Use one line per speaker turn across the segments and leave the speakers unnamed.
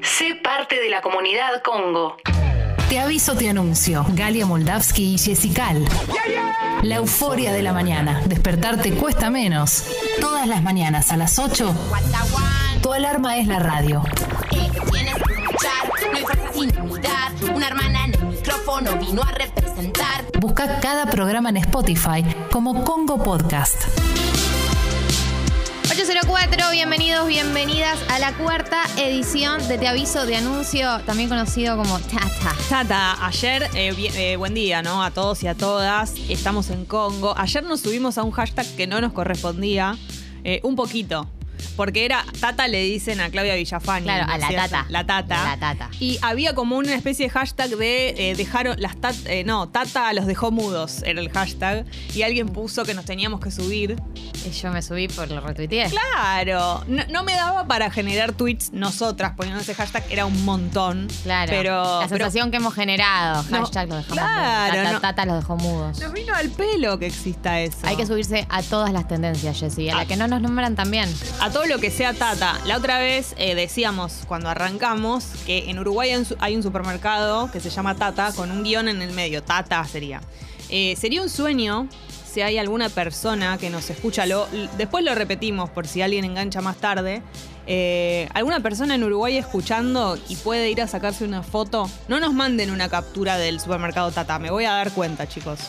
Sé parte de la comunidad Congo.
Te aviso, te anuncio. Galia Moldavsky y Jessical. La euforia de la mañana. Despertarte cuesta menos. Todas las mañanas a las 8. Tu alarma es la radio.
Tienes que escuchar, no hay fuerza sin unidad. Una hermana en el micrófono vino a representar.
Busca cada programa en Spotify como Congo Podcast.
804, bienvenidos, bienvenidas a la cuarta edición de Te Aviso de Anuncio, también conocido como Tata.
Tata, ayer, eh, bien- eh, buen día, ¿no? A todos y a todas. Estamos en Congo. Ayer nos subimos a un hashtag que no nos correspondía, eh, un poquito. Porque era Tata le dicen a Claudia Villafañe.
Claro,
¿no
a
es
la
cierto?
Tata.
La Tata.
La Tata.
Y había como una especie de hashtag de eh, dejaron las Tata. no, Tata los dejó mudos, era el hashtag. Y alguien puso que nos teníamos que subir.
Y yo me subí por lo retuiteé.
Claro, no, no me daba para generar tweets nosotras poniendo ese hashtag, era un montón.
Claro.
Pero,
la
pero
sensación que hemos generado.
No,
Hashtag los dejamos
claro,
mudos. Tata,
no.
tata los dejó mudos.
nos vino al pelo que exista eso.
Hay que subirse a todas las tendencias, Jessy. A la que no nos nombran también.
a todo lo que sea tata. La otra vez eh, decíamos cuando arrancamos que en Uruguay hay un su- hay un supermercado que se llama Tata con un guión en el medio. Tata sería. Eh, sería un sueño si hay alguna persona que nos escucha. Lo, l- después lo repetimos por si alguien engancha más tarde. Eh, alguna persona en Uruguay escuchando y puede ir a sacarse una foto. No nos manden una captura del supermercado Tata. Me voy a dar cuenta, chicos.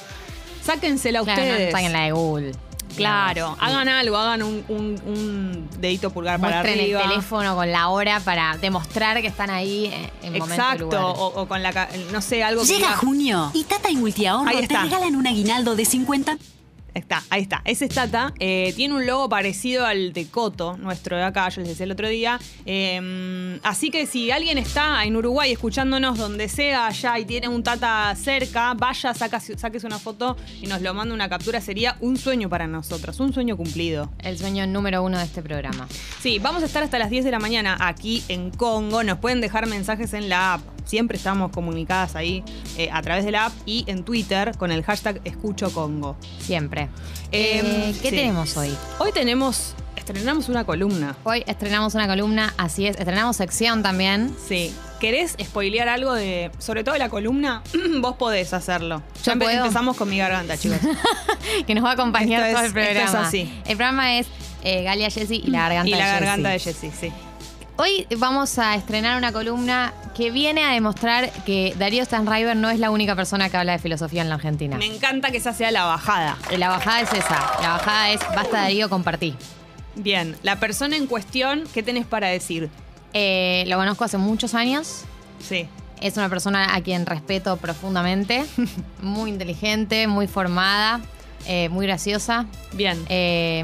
Sáquensela
Claro, no
ustedes.
están en la de Google.
Claro, hagan algo, hagan un, un- un dedito pulgar para
Muestren el
arriba.
teléfono con la hora para demostrar que están ahí eh, en momento y
Exacto,
lugar.
o, o con la, ca- no sé, algo que
Llega
diga-
junio y Tata y Multiahorro
Ahí
te
está.
regalan un aguinaldo de 50
Está, ahí está. Ese es Tata. Eh, tiene un logo parecido al de Coto, nuestro de acá, yo les decía el otro día. Eh, así que si alguien está en Uruguay escuchándonos donde sea allá y tiene un Tata cerca, vaya, saca, saques una foto y nos lo manda una captura. Sería un sueño para nosotros, un sueño cumplido.
El sueño número uno de este programa.
Sí, vamos a estar hasta las 10 de la mañana aquí en Congo. Nos pueden dejar mensajes en la app. Siempre estamos comunicadas ahí eh, a través de la app y en Twitter con el hashtag Escucho Congo.
Siempre.
Eh,
Eh, ¿Qué
sí.
tenemos hoy?
Hoy tenemos, estrenamos una columna.
Hoy estrenamos una columna, así es. Estrenamos sección también.
Sí. ¿Querés spoilear algo de, sobre todo de la columna? Vos podés hacerlo.
Yo
Ya empe-
puedo.
empezamos con mi garganta, chicos.
que nos va a acompañar
Esto
todo
es-
el programa.
esto es así.
El programa es eh, Galia Jessy y la garganta
y la
de Jessy.
garganta de Jessy, sí.
Hoy vamos a estrenar una columna que viene a demostrar que Darío Stanriver no es la única persona que habla de filosofía en la Argentina. Eh,
Me encanta que esa sea la bajada.
La bajada es esa. La bajada es basta Darío, compartí.
Bien, la persona en cuestión, ¿qué tenés para decir?
Eh, lo conozco hace muchos años.
Sí.
Es una persona a quien respeto profundamente. muy inteligente, muy formada, eh, muy graciosa.
Bien.
Eh,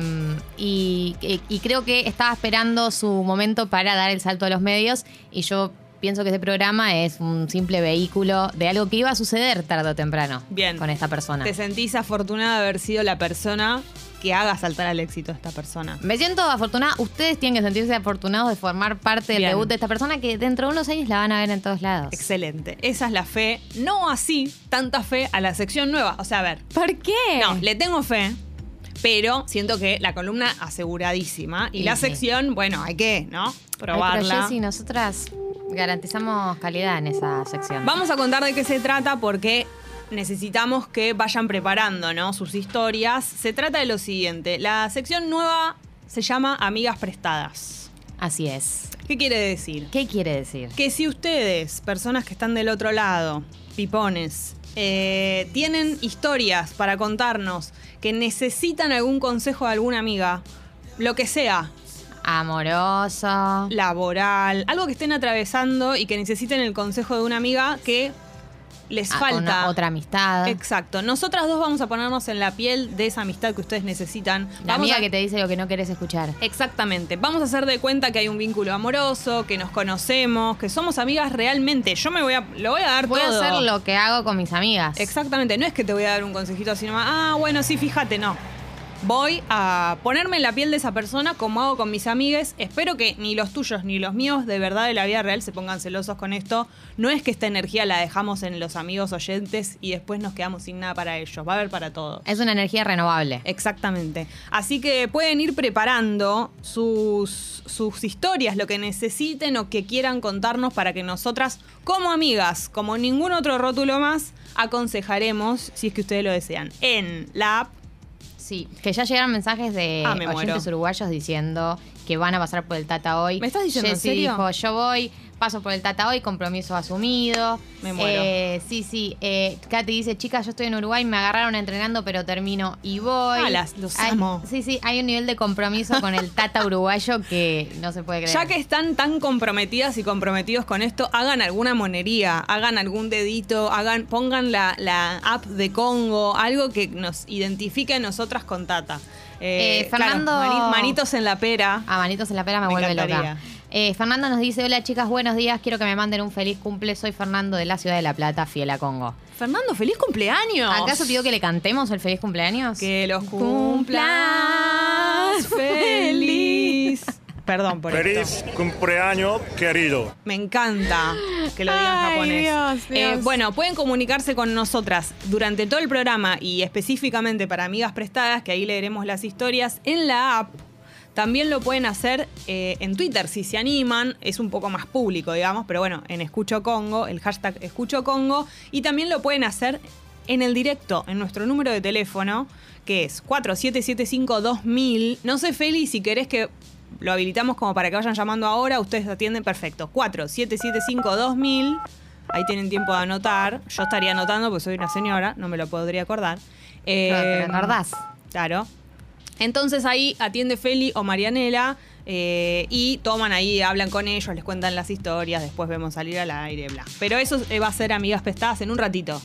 y, y- y creo que estaba esperando su momento para dar el salto a los medios y yo pienso que este programa es un simple vehículo de algo que iba a suceder tarde o temprano
Bien.
con esta persona.
¿Te sentís afortunada de haber sido la persona que haga saltar al éxito a esta persona?
Me siento afortunada, ustedes tienen que sentirse afortunados de formar parte del
Bien.
debut de esta persona que dentro de unos años la van a ver en todos lados.
Excelente. Esa es la fe. No así, tanta fe a la sección nueva. O sea, a ver.
¿Por qué?
No, le tengo fe, pero siento que la columna aseguradísima y
Sí,
la
sí.
sección, bueno, hay que, ¿no?
Ay,
Probarla.
pero Jessy, nosotras garantizamos calidad en esa sección.
Vamos a contar de qué se trata porque necesitamos que vayan preparando ¿no? sus historias. Se trata de lo siguiente. La sección nueva se llama Amigas Prestadas.
Así es.
¿Qué quiere decir?
¿Qué quiere decir?
que si ustedes, personas que están del otro lado, pipones, eh, tienen historias para contarnos, que necesitan algún consejo de alguna amiga, lo que sea,
Amoroso.
laboral, algo que estén atravesando y que necesiten el consejo de una amiga que les
Ah,
falta.
una- otra amistad.
Exacto. Nosotras dos vamos a ponernos en la piel de esa amistad que ustedes necesitan.
La
vamos
amiga
a-
que te dice lo que no querés escuchar.
Exactamente. Vamos a hacer de cuenta que hay un vínculo amoroso, que nos conocemos, que somos amigas realmente. Yo me voy a, lo voy a dar
Voy a
todo.
hacer lo que hago con mis amigas.
Exactamente. No es que te voy a dar un consejito así nomás. Ah, bueno, sí, fíjate, no. Voy a ponerme en la piel de esa persona como hago con mis amigues. Espero que ni los tuyos ni los míos de verdad de la vida real se pongan celosos con esto. No es que esta energía la dejamos en los amigos oyentes y después nos quedamos sin nada para ellos. Va a haber para todos.
Es una energía renovable.
Exactamente. Así que pueden ir preparando sus, sus historias, lo que necesiten o que quieran contarnos para que nosotras, como amigas, como ningún otro rótulo más, aconsejaremos, si es que ustedes lo desean, en la app.
Sí. Que ya llegaron mensajes de
Ah, me muero.
oyentes uruguayos diciendo que van a pasar por el Tata hoy.
¿Me estás diciendo en
Jessy
serio?
dijo, yo voy, paso por el Tata hoy, compromiso asumido.
Me muero.
Eh, sí, sí. Eh, Katy dice, chicas, yo estoy en Uruguay, me agarraron entrenando, pero termino y voy.
Ah, las- los
Hay-
amo.
Sí, sí, hay un nivel de compromiso con el Tata uruguayo que no se puede creer.
Ya que están tan comprometidas y comprometidos con esto, hagan alguna monería, hagan algún dedito, hagan, pongan la, la app de Congo, algo que nos identifique a nosotras con Tata.
Eh, Fernando-
mani- manitos en la pera.
A manitos en la pera me,
Me
vuelve
encantaría.
loca. Eh, Fernando nos dice, hola chicas, buenos días, quiero que me manden un feliz cumple, soy Fernando de la Ciudad de la Plata, fiel a Congo.
Fernando, feliz cumpleaños.
¿Acaso pidió que le cantemos el feliz cumpleaños?
Que los cumplas feliz. Perdón por
Feliz
esto.
cumpleaños, querido.
Me encanta que lo diga en
Ay,
japonés.
Dios,
Eh,
Dios.
bueno, pueden comunicarse con nosotras durante todo el programa y específicamente para amigas prestadas, que ahí leeremos las historias en la app. También lo pueden hacer eh, en Twitter si se animan, es un poco más público, digamos, pero bueno, en Escucho Congo, el hashtag Escucho Congo, y también lo pueden hacer en el directo, en nuestro número de teléfono, que es 4775-2000. No sé, Feli, si querés que lo habilitamos como para que vayan llamando ahora, ustedes atienden perfecto. 4775-2000. Ahí tienen tiempo de anotar. Yo estaría anotando porque soy una señora, no me lo podría acordar. Eh,
Claro, te lo acordás.
Claro. Entonces ahí atiende Feli o Marianela eh, y toman ahí, hablan con ellos, les cuentan las historias, después vemos salir al aire, bla. Pero eso eh, va a ser amigas pestadas en un ratito.